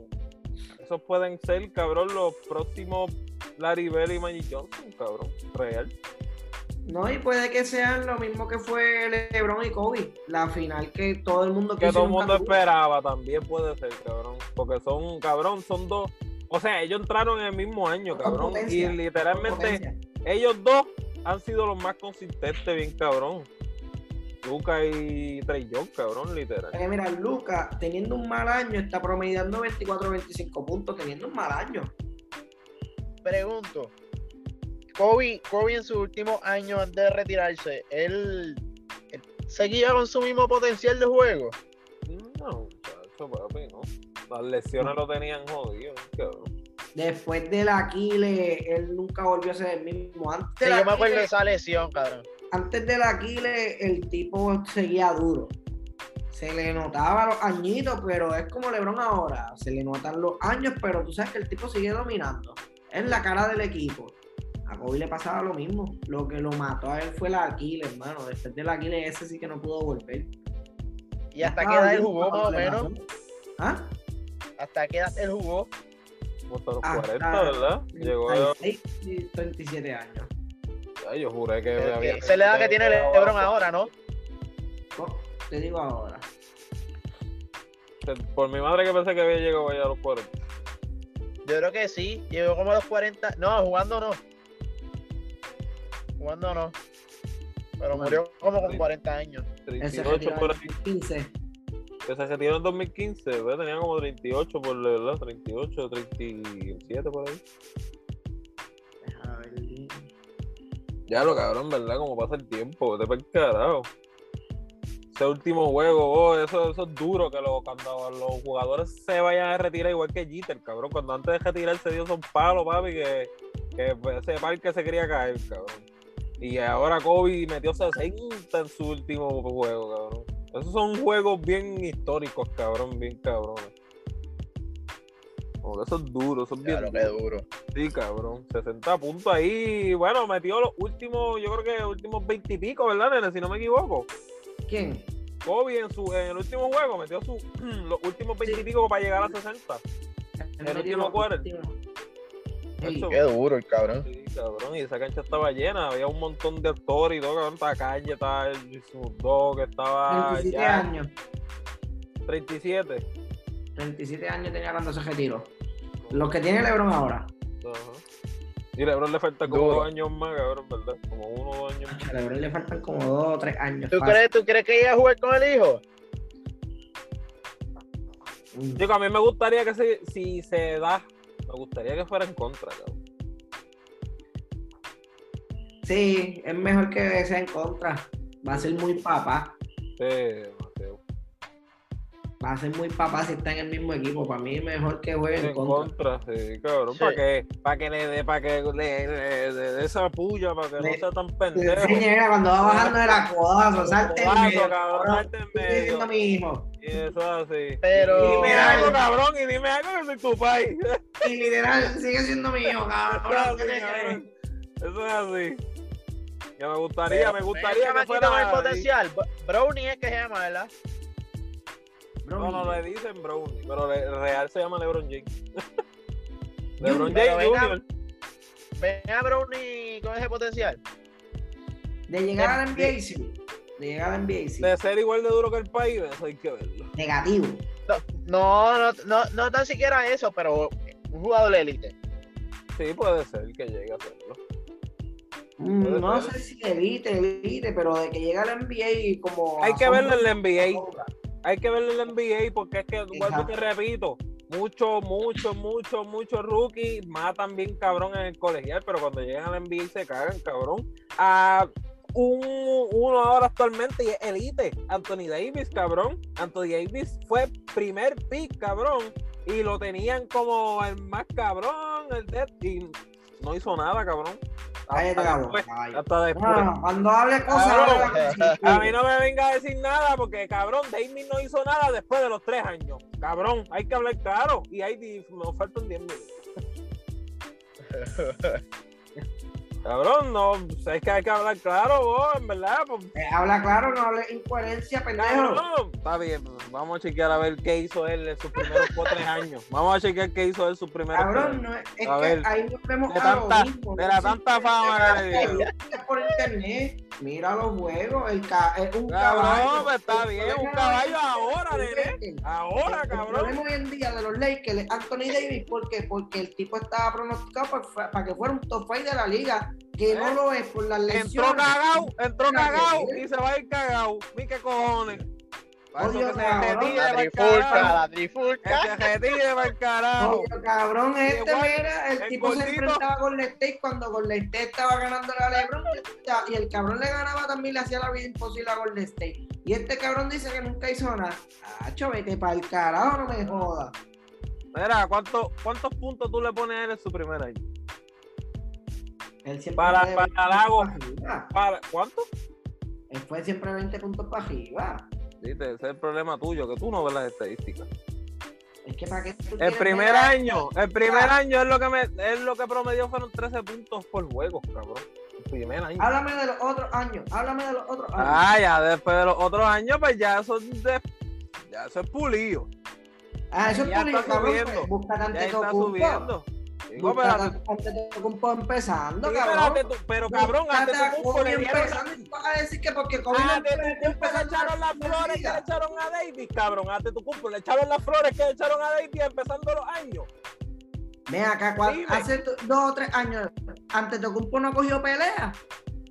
Speaker 1: esos pueden ser, cabrón, los próximos Larry Bell y Magic Johnson, cabrón. Real.
Speaker 3: No, y puede que sean lo mismo que fue LeBron y Kobe, la final que todo el mundo
Speaker 1: Que
Speaker 3: quiso
Speaker 1: todo el
Speaker 3: nunca
Speaker 1: mundo
Speaker 3: tuvo.
Speaker 1: esperaba también puede ser, cabrón. Porque son, cabrón, son dos. O sea, ellos entraron en el mismo año,
Speaker 3: Con
Speaker 1: cabrón. Y
Speaker 3: potencia,
Speaker 1: literalmente
Speaker 3: Potencia.
Speaker 1: ellos dos han sido los más consistentes, bien cabrón. Luca y Trey Young, cabrón, literal.
Speaker 3: Porque mira, Luca, teniendo un mal año, está promediando 24 25 puntos, teniendo un mal año.
Speaker 2: Pregunto. Kobe, Kobe en sus últimos años antes de retirarse, él, él seguía con su mismo potencial de juego.
Speaker 1: No, chacho, papi, no. Las lesiones lo tenían jodido, cabrón.
Speaker 3: Después del Aquiles, él nunca volvió a ser el mismo. Antes,
Speaker 2: Sí,
Speaker 3: del
Speaker 2: yo me acuerdo de
Speaker 3: Aquiles-
Speaker 2: esa lesión, cabrón.
Speaker 3: antes del Aquiles, el tipo seguía duro. Se le notaba los añitos, pero es como Lebron ahora. Se le notan los años, pero tú sabes que el tipo sigue dominando. Es la cara del equipo. A Kobe le pasaba lo mismo. Lo que lo mató a él fue el Aquiles, hermano. Después del Aquiles, ese sí que no pudo volver.
Speaker 2: Y hasta
Speaker 3: Ah,
Speaker 2: qué edad él
Speaker 3: bien,
Speaker 2: jugó, más o
Speaker 3: cuando le
Speaker 2: menos.
Speaker 3: pasó. ¿Ah?
Speaker 2: Hasta qué edad él jugó.
Speaker 1: Como hasta los
Speaker 3: Ah,
Speaker 1: 40,
Speaker 3: claro.
Speaker 1: ¿verdad? Llegó a
Speaker 3: 36 y 37 años.
Speaker 1: Ay, yo juré que
Speaker 2: Que-
Speaker 1: había.
Speaker 2: que Eh, Se le da que tiene LeBron ahora, ¿no?
Speaker 3: Co- Oh, Te digo ahora.
Speaker 1: Por mi madre que pensé que había llegado allá a los 40.
Speaker 2: Yo creo que sí. Llegó como a los 40. No, jugando no. Jugando no. Pero murió como con 40 años.
Speaker 3: Él se
Speaker 1: 38
Speaker 3: retiró
Speaker 1: por
Speaker 3: en 2015.
Speaker 1: Que se retiró en 2015, ¿verdad? Tenía como 38 por la verdad, 38, 37 por ahí.
Speaker 3: Déjame ver.
Speaker 1: Ya lo cabrón, ¿verdad? Como pasa el tiempo, vete para el carajo. Ese último juego, oh, eso, eso es duro que los, cuando los jugadores se vayan a retirar igual que Jeter, cabrón. Cuando antes de retirarse dio son palos, papi, que, que ese parque se quería caer, cabrón. Y ahora Kobe metió 60 en su último juego, cabrón. Esos son juegos bien históricos, cabrón, bien cabrones. Como que eso es duro, eso es bien
Speaker 2: Claro, qué duro.
Speaker 1: Sí, cabrón. 60 puntos ahí. Bueno, metió los últimos, yo creo que últimos 20 y pico, ¿verdad, nene? Si no me equivoco.
Speaker 3: ¿Quién?
Speaker 1: Kobe en, su, en el último juego metió su, los últimos 20 y pico para llegar a 60. El último quarter.
Speaker 3: Ey,
Speaker 1: Eso-
Speaker 2: Qué duro el cabrón.
Speaker 1: Sí, cabrón. Y esa cancha estaba llena. Había un montón de actores y todo, cabrón. Estaba Calle, estaba el Snoop Dogg, estaba
Speaker 3: 37
Speaker 1: Jack,
Speaker 3: años.
Speaker 1: 37.
Speaker 3: 37 años tenía cuando se retiró. Los que tiene LeBron ahora.
Speaker 1: Ajá. Y LeBron le falta como
Speaker 2: Duro.
Speaker 1: dos años más, cabrón, ¿verdad? Como uno o dos años más.
Speaker 3: A LeBron le faltan como 2 o 3 años.
Speaker 2: ¿Tú
Speaker 3: fácil.
Speaker 2: crees, ¿Tú crees que iba a jugar con el hijo?
Speaker 3: Mm.
Speaker 1: Digo, a mí me gustaría que se- si se da, me gustaría que fuera en contra, cabrón.
Speaker 3: Sí, es mejor que sea en contra. Va a ser muy papá.
Speaker 1: Sí, Mateo.
Speaker 3: Va a ser muy papá si está en el mismo equipo. Para mí es mejor que juegue
Speaker 1: En
Speaker 3: en contra.
Speaker 1: contra, sí, cabrón.
Speaker 2: Sí.
Speaker 1: Para que, para que le dé, para que le, le- le dé esa puya, para que no
Speaker 3: Le-
Speaker 1: sea tan
Speaker 3: Le
Speaker 1: pendejo.
Speaker 3: enseña, mira, cuando va bajando de la codazo, salte en
Speaker 1: Codazo,
Speaker 3: medio,
Speaker 1: cabrón,
Speaker 3: cabrón.
Speaker 1: salte en
Speaker 3: ¿Qué estoy diciendo a mi
Speaker 1: medio.
Speaker 3: hijo?
Speaker 1: Y eso así.
Speaker 2: Pero.
Speaker 1: Dime
Speaker 3: Mira,
Speaker 1: algo, cabrón, y dime algo que soy tu país.
Speaker 3: Y literal, sigue siendo mi hijo, cabrón. ¿qué te crees?
Speaker 1: Cabrón, Eso es así. Que me gustaría, me gustaría que
Speaker 2: me fuera el
Speaker 1: fuera.
Speaker 2: potencial. Br- Brownie es que se llama, ¿verdad?
Speaker 1: No, no le dicen Brownie, pero le- real se llama LeBron James. LeBron
Speaker 2: Pero
Speaker 1: James
Speaker 2: venga.
Speaker 1: Jr.
Speaker 2: Ven a Brownie con ese potencial.
Speaker 3: De llegar al NBA, sí. De llegar al NBA, sí.
Speaker 1: De ser igual de duro que el país, eso hay que verlo.
Speaker 3: Negativo.
Speaker 2: No, no, no, no tan siquiera eso, pero un jugador élite.
Speaker 1: Sí, puede ser que llegue a serlo.
Speaker 3: Mm, No
Speaker 1: ser.
Speaker 3: sé si elite, elite, pero de que llega al NBA como...
Speaker 1: Hay que verlo
Speaker 3: asombro,
Speaker 1: en la NBA.
Speaker 3: asombra.
Speaker 1: Hay que verlo en la NBA porque es que, vuelvo y te repito, muchos, muchos, muchos, muchos rookies matan bien cabrón en el colegial, pero cuando llegan a la NBA se cagan, cabrón. A un, uno ahora actualmente y es elite, Anthony Davis, cabrón. Anthony Davis fue primer pick, cabrón. Y lo tenían como el más cabrón, el de... Y no hizo nada, cabrón.
Speaker 3: Cállate,
Speaker 1: Hasta
Speaker 3: cabrón.
Speaker 1: después.
Speaker 3: Ay.
Speaker 1: Hasta después.
Speaker 3: No, no, cuando hable cosas,
Speaker 1: Cabrón.
Speaker 3: habla
Speaker 1: A mí no me venga a decir nada porque, cabrón, David no hizo nada después de los tres años. Cabrón, hay que hablar claro. Y ahí di- nos faltan 10 minutos. Cabrón, no, es que hay que hablar claro, vos, en verdad. pues,
Speaker 3: Eh, habla claro, no hable incoherencia, pendejo.
Speaker 1: cabrón, está bien, Vamos a chequear a ver qué hizo él en sus primeros tres años. Vamos a chequear qué hizo él en sus primeros
Speaker 3: Cabrón,
Speaker 1: cuatro
Speaker 3: no, es es
Speaker 1: A
Speaker 3: que
Speaker 1: ver,
Speaker 3: ahí nos vemos
Speaker 1: de
Speaker 3: a lo
Speaker 1: tanta-
Speaker 3: mismo.
Speaker 1: de la tanta fama que le dio.
Speaker 3: Busca por internet, mira los juegos, el ca- es un
Speaker 1: Cabrón,
Speaker 3: caballo.
Speaker 1: pues está
Speaker 3: El
Speaker 1: bien,
Speaker 3: problema
Speaker 1: un caballo
Speaker 3: es-
Speaker 1: ahora, nene. Ahora,
Speaker 3: El
Speaker 1: cabrón.
Speaker 3: problema hoy en día de los Lakers es Anthony Davis porque, porque el tipo estaba pronosticado para, para que fuera un top 5 de la liga, que
Speaker 1: Eh,
Speaker 3: no lo es por las lesiones.
Speaker 1: Entró cagao, entró
Speaker 3: Mira,
Speaker 1: cagao
Speaker 3: que-
Speaker 1: y se va a ir cagao. Mi que cojones. Para eso
Speaker 3: Odio,
Speaker 1: que se
Speaker 3: cabrón.
Speaker 1: retire
Speaker 2: La
Speaker 1: para el
Speaker 2: trifulca,
Speaker 1: carajo.
Speaker 2: la
Speaker 1: Que
Speaker 2: trifulca.
Speaker 1: se Este retire para el
Speaker 3: No,
Speaker 1: carajo.
Speaker 3: pero cabrón, este
Speaker 1: Igual,
Speaker 3: mira, el,
Speaker 1: el
Speaker 3: tipo se
Speaker 1: gordito.
Speaker 3: enfrentaba con Lestate cuando con State estaba ganando a LeBron y el cabrón le ganaba también, le hacía la vida imposible a Golden State. Y este cabrón dice que nunca hizo nada. Acho, vete para el carajo, no me jodas.
Speaker 1: Mira, ¿cuánto- ¿cuántos puntos tú le pones a él en su primer año?
Speaker 3: Él siempre
Speaker 1: Para-
Speaker 3: fue de
Speaker 1: para
Speaker 3: 20
Speaker 1: Lago.
Speaker 3: puntos para arriba.
Speaker 1: Para, ¿Cuántos?
Speaker 3: Él fue siempre 20 puntos para arriba.
Speaker 1: Viste, ese es el problema tuyo, que tú no ves las estadísticas.
Speaker 3: Es que para qué tú
Speaker 1: El
Speaker 3: quieres
Speaker 1: primer
Speaker 3: ver a-
Speaker 1: año, el primer año es lo que me, es lo que promedió fueron 13 puntos por juego, cabrón. El primer año.
Speaker 3: Háblame de los otros años, háblame de los otros años.
Speaker 1: Ah, ya después de los otros años, pues ya eso es de- ya eso es pulido.
Speaker 3: Ah, eso es
Speaker 1: ya
Speaker 3: público,
Speaker 1: está
Speaker 3: cabrón.
Speaker 1: subiendo.
Speaker 3: pues, Busca
Speaker 1: Ya
Speaker 3: tanto
Speaker 1: está
Speaker 3: ocupo.
Speaker 1: subiendo. Digo,
Speaker 3: Busca
Speaker 1: pero,
Speaker 3: tanto empezando,
Speaker 1: sí, pero
Speaker 3: cabrón.
Speaker 1: ante tu- pero cabrón, antes
Speaker 3: Tata,
Speaker 1: tu
Speaker 3: Kobe
Speaker 1: le dieron
Speaker 3: empezando, y tú vas a decir que porque Kobe no
Speaker 1: Ah, de
Speaker 3: empezó,
Speaker 1: tu culpa le
Speaker 3: empezando
Speaker 1: echaron las
Speaker 3: la
Speaker 1: flores que
Speaker 3: liga.
Speaker 1: le echaron a Davis, cabrón. Antes tu culpa le echaron las flores que le echaron a Davis empezando los años.
Speaker 3: Ven acá, ¿cuál-
Speaker 1: Dime.
Speaker 3: hace tu- dos o tres años, antes de Ocumpo no cogió pelea.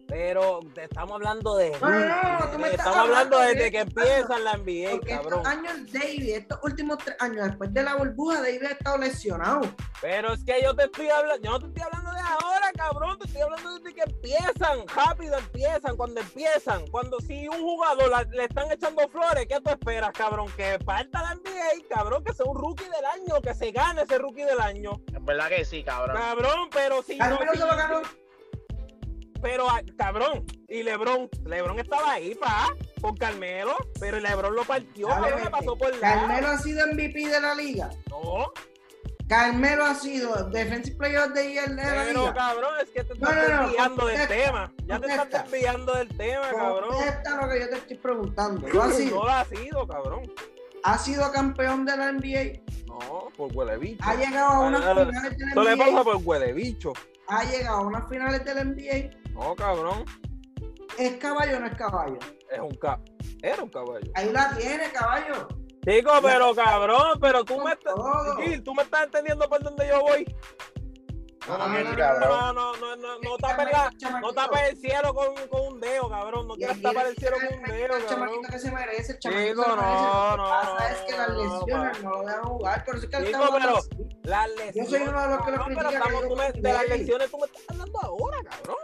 Speaker 1: Pero te estamos hablando de.
Speaker 3: No, no, no, tú me estás
Speaker 1: estamos hablando
Speaker 3: hablando
Speaker 1: desde
Speaker 3: de-
Speaker 1: que empieza la NBA,
Speaker 3: Porque
Speaker 1: cabrón.
Speaker 3: estos años, David, estos últimos tres años, después de la burbuja, David ha estado lesionado.
Speaker 1: Pero es que yo te estoy hablando, yo no te estoy hablando de ahora, cabrón, te estoy hablando desde que empiezan, rápido empiezan, cuando empiezan, cuando si un jugador la- le están echando flores, ¿qué tú esperas, cabrón? Que falta la NBA, cabrón, que sea un rookie del año, que se gane ese rookie del año,
Speaker 2: Es verdad que sí, cabrón.
Speaker 1: cabrón, pero si no,
Speaker 3: Carmelo
Speaker 1: si-
Speaker 3: se lo ganó.
Speaker 1: pero ah, cabrón, y Lebron, Lebron estaba ahí, pa, con Carmelo, pero Lebron lo partió,
Speaker 3: Dale,
Speaker 1: cabrón, le
Speaker 3: vete.
Speaker 1: pasó por la...
Speaker 3: Carmelo ha sido MVP de la liga.
Speaker 1: No,
Speaker 3: Carmelo ha sido Defensive Player of the Year de la
Speaker 1: pero
Speaker 3: liga.
Speaker 1: cabrón, es que te
Speaker 3: No,
Speaker 1: estás
Speaker 3: no, no,
Speaker 1: desviando del
Speaker 3: contesta,
Speaker 1: tema, ya te estás
Speaker 3: contesta.
Speaker 1: desviando del tema, cabrón.
Speaker 3: Contesta lo que yo te estoy preguntando. ¿Lo ha
Speaker 1: No
Speaker 3: sido?
Speaker 1: lo ha sido, cabrón.
Speaker 3: ¿Ha sido campeón de la NBA?
Speaker 1: No, por huele bicho.
Speaker 3: ¿Ha llegado a unas
Speaker 1: Ah, ah,
Speaker 3: finales de la
Speaker 1: Eso le pasa
Speaker 3: NBA?
Speaker 1: por huele bicho.
Speaker 3: ¿Ha llegado a unas finales de la NBA?
Speaker 1: No, cabrón.
Speaker 3: ¿Es caballo o no es caballo?
Speaker 1: Es un ca... Era un caballo.
Speaker 3: Ahí la tiene, caballo.
Speaker 1: Chico, pero cabrón, pero tú me estás.
Speaker 3: Todo.
Speaker 1: Gil, tú me estás entendiendo por dónde yo voy.
Speaker 3: Ah,
Speaker 2: que sí,
Speaker 3: no,
Speaker 2: cabrón.
Speaker 1: No, no, no, no,
Speaker 3: Este
Speaker 1: no tapes la- No tapes el cielo con, con un dedo, cabrón. No quieras tapar el cielo con un dedo, cabrón.
Speaker 3: El este chamaquito que se merece, el
Speaker 1: Chico,
Speaker 3: chamaquito que se merece.
Speaker 1: no,
Speaker 3: Lo
Speaker 1: no,
Speaker 3: que pasa
Speaker 1: no,
Speaker 3: es que las
Speaker 1: no,
Speaker 3: lesiones no lo dejan jugar. Por eso es que él
Speaker 1: Chico,
Speaker 3: está jugando
Speaker 1: pero-
Speaker 3: así.
Speaker 1: Las lesiones.
Speaker 3: Yo soy uno de los que lo
Speaker 1: cabrón, pero
Speaker 3: critica, que
Speaker 1: estamos-
Speaker 3: digo,
Speaker 1: tú me-
Speaker 3: pues,
Speaker 1: de las
Speaker 3: Gil.
Speaker 1: lesiones tú me estás hablando ahora, cabrón.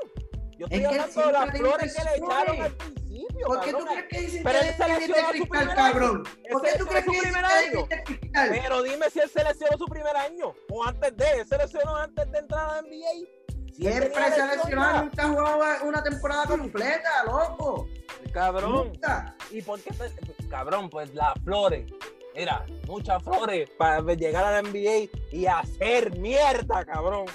Speaker 1: Yo
Speaker 3: Es
Speaker 1: estoy hablando de
Speaker 3: que él
Speaker 1: las
Speaker 3: siempre tiene
Speaker 1: flores que le echaron
Speaker 3: lesiones.
Speaker 1: al principio,
Speaker 3: ¿Por qué tú
Speaker 1: cabrón.
Speaker 3: crees que dicen
Speaker 1: Pero
Speaker 3: que
Speaker 1: él se
Speaker 3: David
Speaker 1: lesionó
Speaker 3: es
Speaker 1: su
Speaker 3: cristal,
Speaker 1: primer año.
Speaker 3: cabrón? ¿Por qué
Speaker 1: Ese-
Speaker 3: tú
Speaker 1: ese es
Speaker 3: crees que
Speaker 1: su
Speaker 3: dicen
Speaker 1: primer
Speaker 3: que
Speaker 1: año.
Speaker 3: David es cristal?
Speaker 1: Pero dime si él se lesionó su primer año o antes de, él se lesionó antes de entrar a la NBA. Si él
Speaker 3: Siempre
Speaker 1: tenía
Speaker 3: se ha
Speaker 1: lesión
Speaker 3: lesionado,
Speaker 1: ya.
Speaker 3: nunca ha jugado una temporada completa, loco.
Speaker 1: Cabrón,
Speaker 3: Nunca.
Speaker 1: ¿y por qué? te- Cabrón, pues las flores. Mira, muchas flores para llegar a la NBA y hacer mierda, cabrón.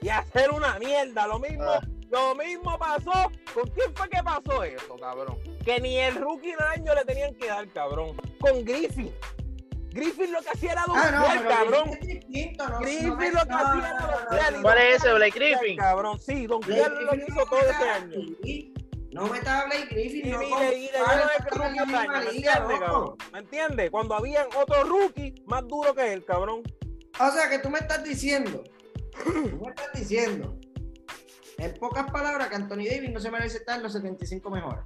Speaker 1: Y hacer una mierda. Lo mismo,
Speaker 2: Ah.
Speaker 1: lo mismo pasó. ¿Con quién fue que pasó eso, cabrón? Que ni el rookie del año le tenían que dar, cabrón. Con Griffin. Griffin lo que hacía era
Speaker 3: Ah, no,
Speaker 1: doblar,
Speaker 3: pero
Speaker 1: cabrón.
Speaker 3: Griffin es distinto, no- no
Speaker 1: Griffin
Speaker 3: me-
Speaker 1: lo que
Speaker 3: no,
Speaker 1: hacía
Speaker 3: no,
Speaker 1: era
Speaker 3: no,
Speaker 1: doblar y
Speaker 3: no,
Speaker 2: ¿Cuál
Speaker 1: doblar.
Speaker 2: es ese, Blake Griffin?
Speaker 1: Cabrón, sí, Don
Speaker 3: Blake
Speaker 1: Pierre lo
Speaker 3: Griffin
Speaker 1: hizo todo este
Speaker 3: está
Speaker 1: año.
Speaker 3: aquí. No me estaba Blake
Speaker 1: Y
Speaker 3: Griffin, no
Speaker 1: mire, y
Speaker 3: compara,
Speaker 1: le dieron el
Speaker 3: estamos en
Speaker 1: rookie
Speaker 3: la
Speaker 1: del año,
Speaker 3: misma
Speaker 1: ¿me
Speaker 3: liga,
Speaker 1: entiendes, cabrón?
Speaker 3: loco.
Speaker 1: ¿Me entiendes? Cuando habían otro rookie más duro que él, cabrón.
Speaker 3: O sea que tú me estás diciendo, tú me estás diciendo, en pocas palabras, que Anthony Davis no se merece estar en los 75 mejores.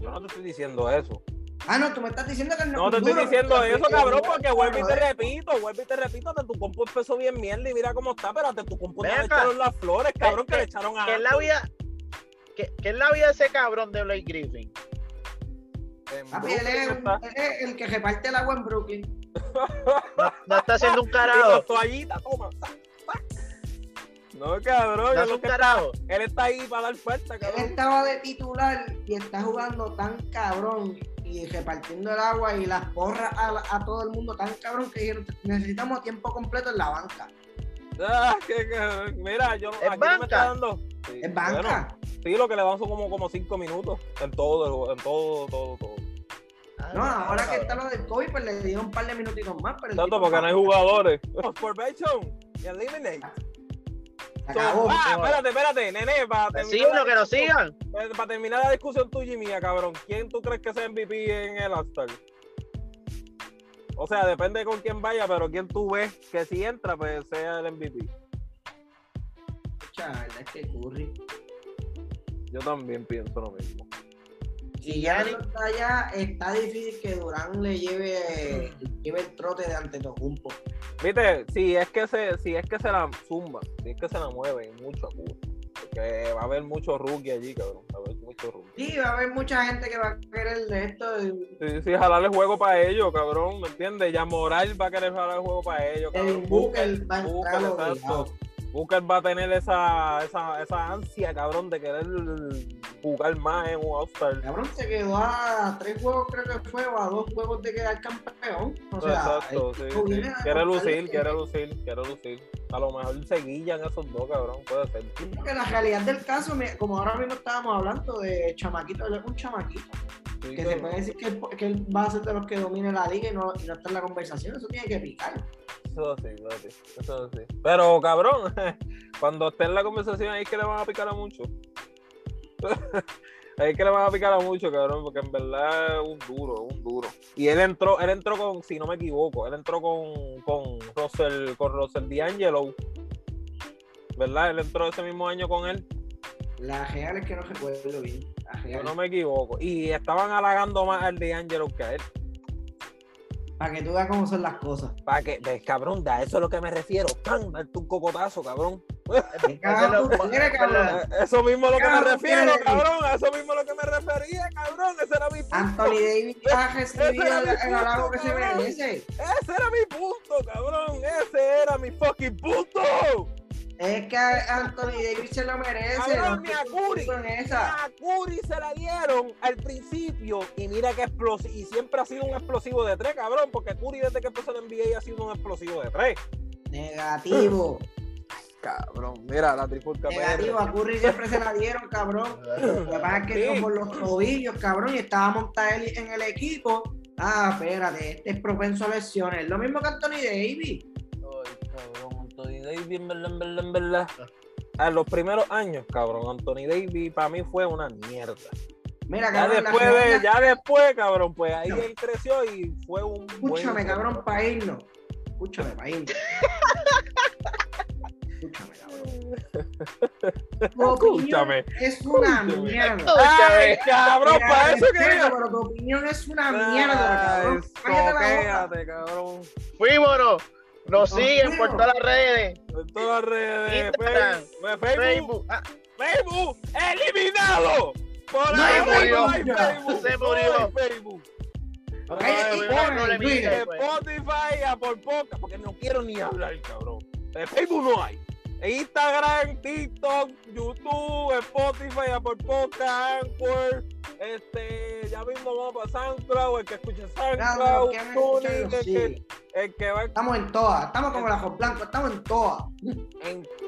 Speaker 1: Yo no te estoy diciendo eso.
Speaker 3: Ah, no, tú me estás diciendo que él
Speaker 1: No te
Speaker 3: es
Speaker 1: estoy
Speaker 3: duro,
Speaker 1: diciendo
Speaker 3: que-
Speaker 1: eso,
Speaker 3: que-
Speaker 1: cabrón,
Speaker 3: que-
Speaker 1: porque vuelvo y te
Speaker 3: joder.
Speaker 1: repito, vuelvo y te repito, hasta tu compu empezó bien mierda y mira cómo está, pero hasta tu compu no
Speaker 2: Ven
Speaker 1: le
Speaker 2: acá.
Speaker 1: echaron las flores, cabrón, que
Speaker 2: Ve-
Speaker 1: le echaron a...
Speaker 2: ¿Qué es la vida? ¿Qué, qué es la vida de ese cabrón de Blake Griffin?
Speaker 1: En
Speaker 3: Papi, él es,
Speaker 1: Brooklyn, Eh, está-
Speaker 3: él es el que reparte el agua en Brooklyn.
Speaker 2: No está haciendo un
Speaker 1: y con
Speaker 2: carajo.
Speaker 1: toallita, toma. sa, sa. No, cabrón,
Speaker 2: No
Speaker 1: es
Speaker 2: hace
Speaker 1: lo
Speaker 2: un
Speaker 1: que está-
Speaker 2: carajo.
Speaker 1: él está ahí para dar fuerza,
Speaker 3: Él
Speaker 1: cabrón.
Speaker 3: estaba de titular y está jugando tan cabrón y repartiendo el agua y las porras a, la- a todo el mundo tan cabrón que dijeron, necesitamos tiempo completo en la banca.
Speaker 1: Ah, qué cabrón. Mira, yo no-
Speaker 2: Es
Speaker 1: aquí no me
Speaker 2: banca.
Speaker 1: está dando. Sí,
Speaker 3: En banca.
Speaker 1: bueno, sí, lo que le dan son como, como cinco minutos en todo, en todo, todo, todo.
Speaker 2: Ah,
Speaker 3: No, ahora que está lo del COVID, pues le dieron un par de minutitos más. Pero el
Speaker 1: Tanto
Speaker 3: tipo-
Speaker 1: porque no hay jugadores. Formation, eliminate.
Speaker 3: Se acabó.
Speaker 1: ah, espérate, espérate, nene, para
Speaker 2: Pues Sí, uno
Speaker 1: terminar,
Speaker 2: que nos sigan.
Speaker 1: para, terminar la discusión tuya y mía, cabrón. ¿Quién tú crees que sea MVP en el All-Star? O sea, depende con quién vaya, pero quién tú ves que si entra, pues sea el MVP.
Speaker 3: Mucha verdad es que Curry.
Speaker 1: Yo también pienso lo mismo.
Speaker 3: Si ya no está allá, está difícil que Durán le lleve, lleve el trote de ante Tocumpo.
Speaker 1: Viste, si es que se, si es que se la zumba, si es que se la mueven mucho a Cuba. Porque va a haber mucho rookie allí, cabrón. Va a haber mucho rookie.
Speaker 3: Sí, va a haber mucha gente que va a querer de esto. y-
Speaker 1: Sí, sí, jalarle juego para ellos, cabrón, ¿me entiendes? Ya Moral va a querer jalar el juego para ellos,
Speaker 3: El
Speaker 1: cabrón.
Speaker 3: Booker va a entrar
Speaker 1: Ah, Booker,
Speaker 3: obligado.
Speaker 1: exacto. Booker va a tener esa, esa, esa ansia, cabrón, de querer jugar más en un All-Star.
Speaker 3: Cabrón se quedó a tres juegos, creo que fue, o a dos juegos de quedar campeón. O sea,
Speaker 1: Exacto,
Speaker 3: el
Speaker 1: sí,
Speaker 3: tipo
Speaker 1: sí.
Speaker 3: viene a
Speaker 1: Quiere
Speaker 3: demostrarle
Speaker 1: lucir,
Speaker 3: que-
Speaker 1: quiere lucir, quiere lucir. A lo mejor se guillan esos dos, cabrón, puede ser.
Speaker 3: Porque la realidad del caso, me- como ahora mismo estábamos hablando de chamaquito, él es un chamaquito.
Speaker 1: Sí,
Speaker 3: Que se
Speaker 1: cabrón.
Speaker 3: puede decir que, él- que él va a ser de los que domine la liga y no, y no está en la conversación, eso tiene que picar.
Speaker 1: Eso sí, espérate, eso sí. Pero, cabrón, cuando esté en la conversación ahí es que le van a picar a mucho. ahí es que le van a picar a mucho, cabrón, porque en verdad es un duro, es un duro. Y él entró, él entró con, si no me equivoco, él entró con, con Russell, con Russell D'Angelo. ¿Verdad? Él entró ese mismo año con él,
Speaker 3: La real es que no recuerdo bien. La
Speaker 1: yo
Speaker 3: real.
Speaker 1: no me equivoco. Y estaban halagando más al D'Angelo que a él.
Speaker 3: Para que tú veas cómo son las cosas.
Speaker 1: Para que, ves, cabrón, da eso es a lo que me refiero. ¡Pam! Darte un cocotazo, cabrón.
Speaker 3: ¿Qué carajo tú quieres, cabrón?
Speaker 1: Eh, Eso mismo a lo que me
Speaker 3: Cabrón,
Speaker 1: refiero,
Speaker 3: tiene-
Speaker 1: cabrón. A eso mismo a lo que me refería, cabrón. Ese era mi punto.
Speaker 3: Anthony Davis ha recibido
Speaker 1: era
Speaker 3: el,
Speaker 1: mi
Speaker 3: el halago que se
Speaker 1: punto, cabrón.
Speaker 3: merece.
Speaker 1: Ese era mi punto, cabrón. Ese era mi fucking punto.
Speaker 3: Es que Anthony Davis se lo merece.
Speaker 1: Cabrón,
Speaker 3: no
Speaker 1: ni
Speaker 3: estoy
Speaker 1: a Curry.
Speaker 3: contigo en esa.
Speaker 1: A Curry se la dieron al principio y mira que explosivo. Y siempre ha sido un explosivo de tres, cabrón. Porque Curry desde que empezó el NBA ha sido un explosivo de tres.
Speaker 3: Negativo.
Speaker 1: Cabrón, mira la trifulca.
Speaker 3: Negativo. A Curry siempre se la dieron, cabrón. Lo que pasa es que
Speaker 1: Sí.
Speaker 3: como los tobillos, cabrón, y estaba Montaeli en el equipo. Ah, espérate, este es propenso a lesiones. Lo mismo que Anthony Davis.
Speaker 1: Ay, cabrón, Anthony Davis, en verdad, en verdad, en verdad. A los primeros años, cabrón, Anthony Davis para mí fue una mierda.
Speaker 3: Mira,
Speaker 1: Ya
Speaker 3: cabrón, la
Speaker 1: después, de,
Speaker 3: realidad-
Speaker 1: ya después, cabrón, pues ahí
Speaker 3: No.
Speaker 1: él creció y fue un. buen-
Speaker 3: Escúchame, cabrón, para irnos. Escúchame, para irnos. Escúchame, cabrón. Tu opinión
Speaker 1: Escúchame.
Speaker 3: Es una
Speaker 1: Escúchame.
Speaker 3: mierda.
Speaker 1: ¡Ay, cabrón!
Speaker 3: Mira,
Speaker 1: ¡Para eso
Speaker 3: respeto,
Speaker 1: quería!
Speaker 3: Pero tu opinión es una mierda,
Speaker 1: Ay,
Speaker 3: cabrón. Cállate la boca.
Speaker 1: soquéate, cabrón.
Speaker 2: Fuímonos. Nos
Speaker 3: Nos
Speaker 2: siguen por
Speaker 3: fuimos.
Speaker 2: todas las redes.
Speaker 1: En todas las redes.
Speaker 2: Instagram,
Speaker 1: Facebook. pues, Facebook.
Speaker 2: Facebook. Ah,
Speaker 1: Facebook. ¡Eliminado! Por
Speaker 3: No
Speaker 1: ahí
Speaker 2: hay
Speaker 1: no hay
Speaker 3: murió.
Speaker 1: Facebook.
Speaker 2: Se
Speaker 1: no hay
Speaker 2: murió.
Speaker 1: Facebook.
Speaker 3: Cállate,
Speaker 1: Ay,
Speaker 3: cállate,
Speaker 2: no le
Speaker 3: Luis.
Speaker 2: mires. pues.
Speaker 1: Spotify, Apple Podcast, porque no quiero ni hablar, cabrón. De Facebook no hay. Instagram, TikTok, YouTube, Spotify, Apple Podcast, Anchor, este, ya mismo vamos para SoundCloud, el que escuche
Speaker 3: Nada, no,
Speaker 1: SoundCloud,
Speaker 3: que me
Speaker 1: TuneIn,
Speaker 3: escuchan los
Speaker 1: el, que,
Speaker 3: sí.
Speaker 1: el que va
Speaker 3: Estamos en todas. Estamos como la Blanco, estamos en todas.
Speaker 1: en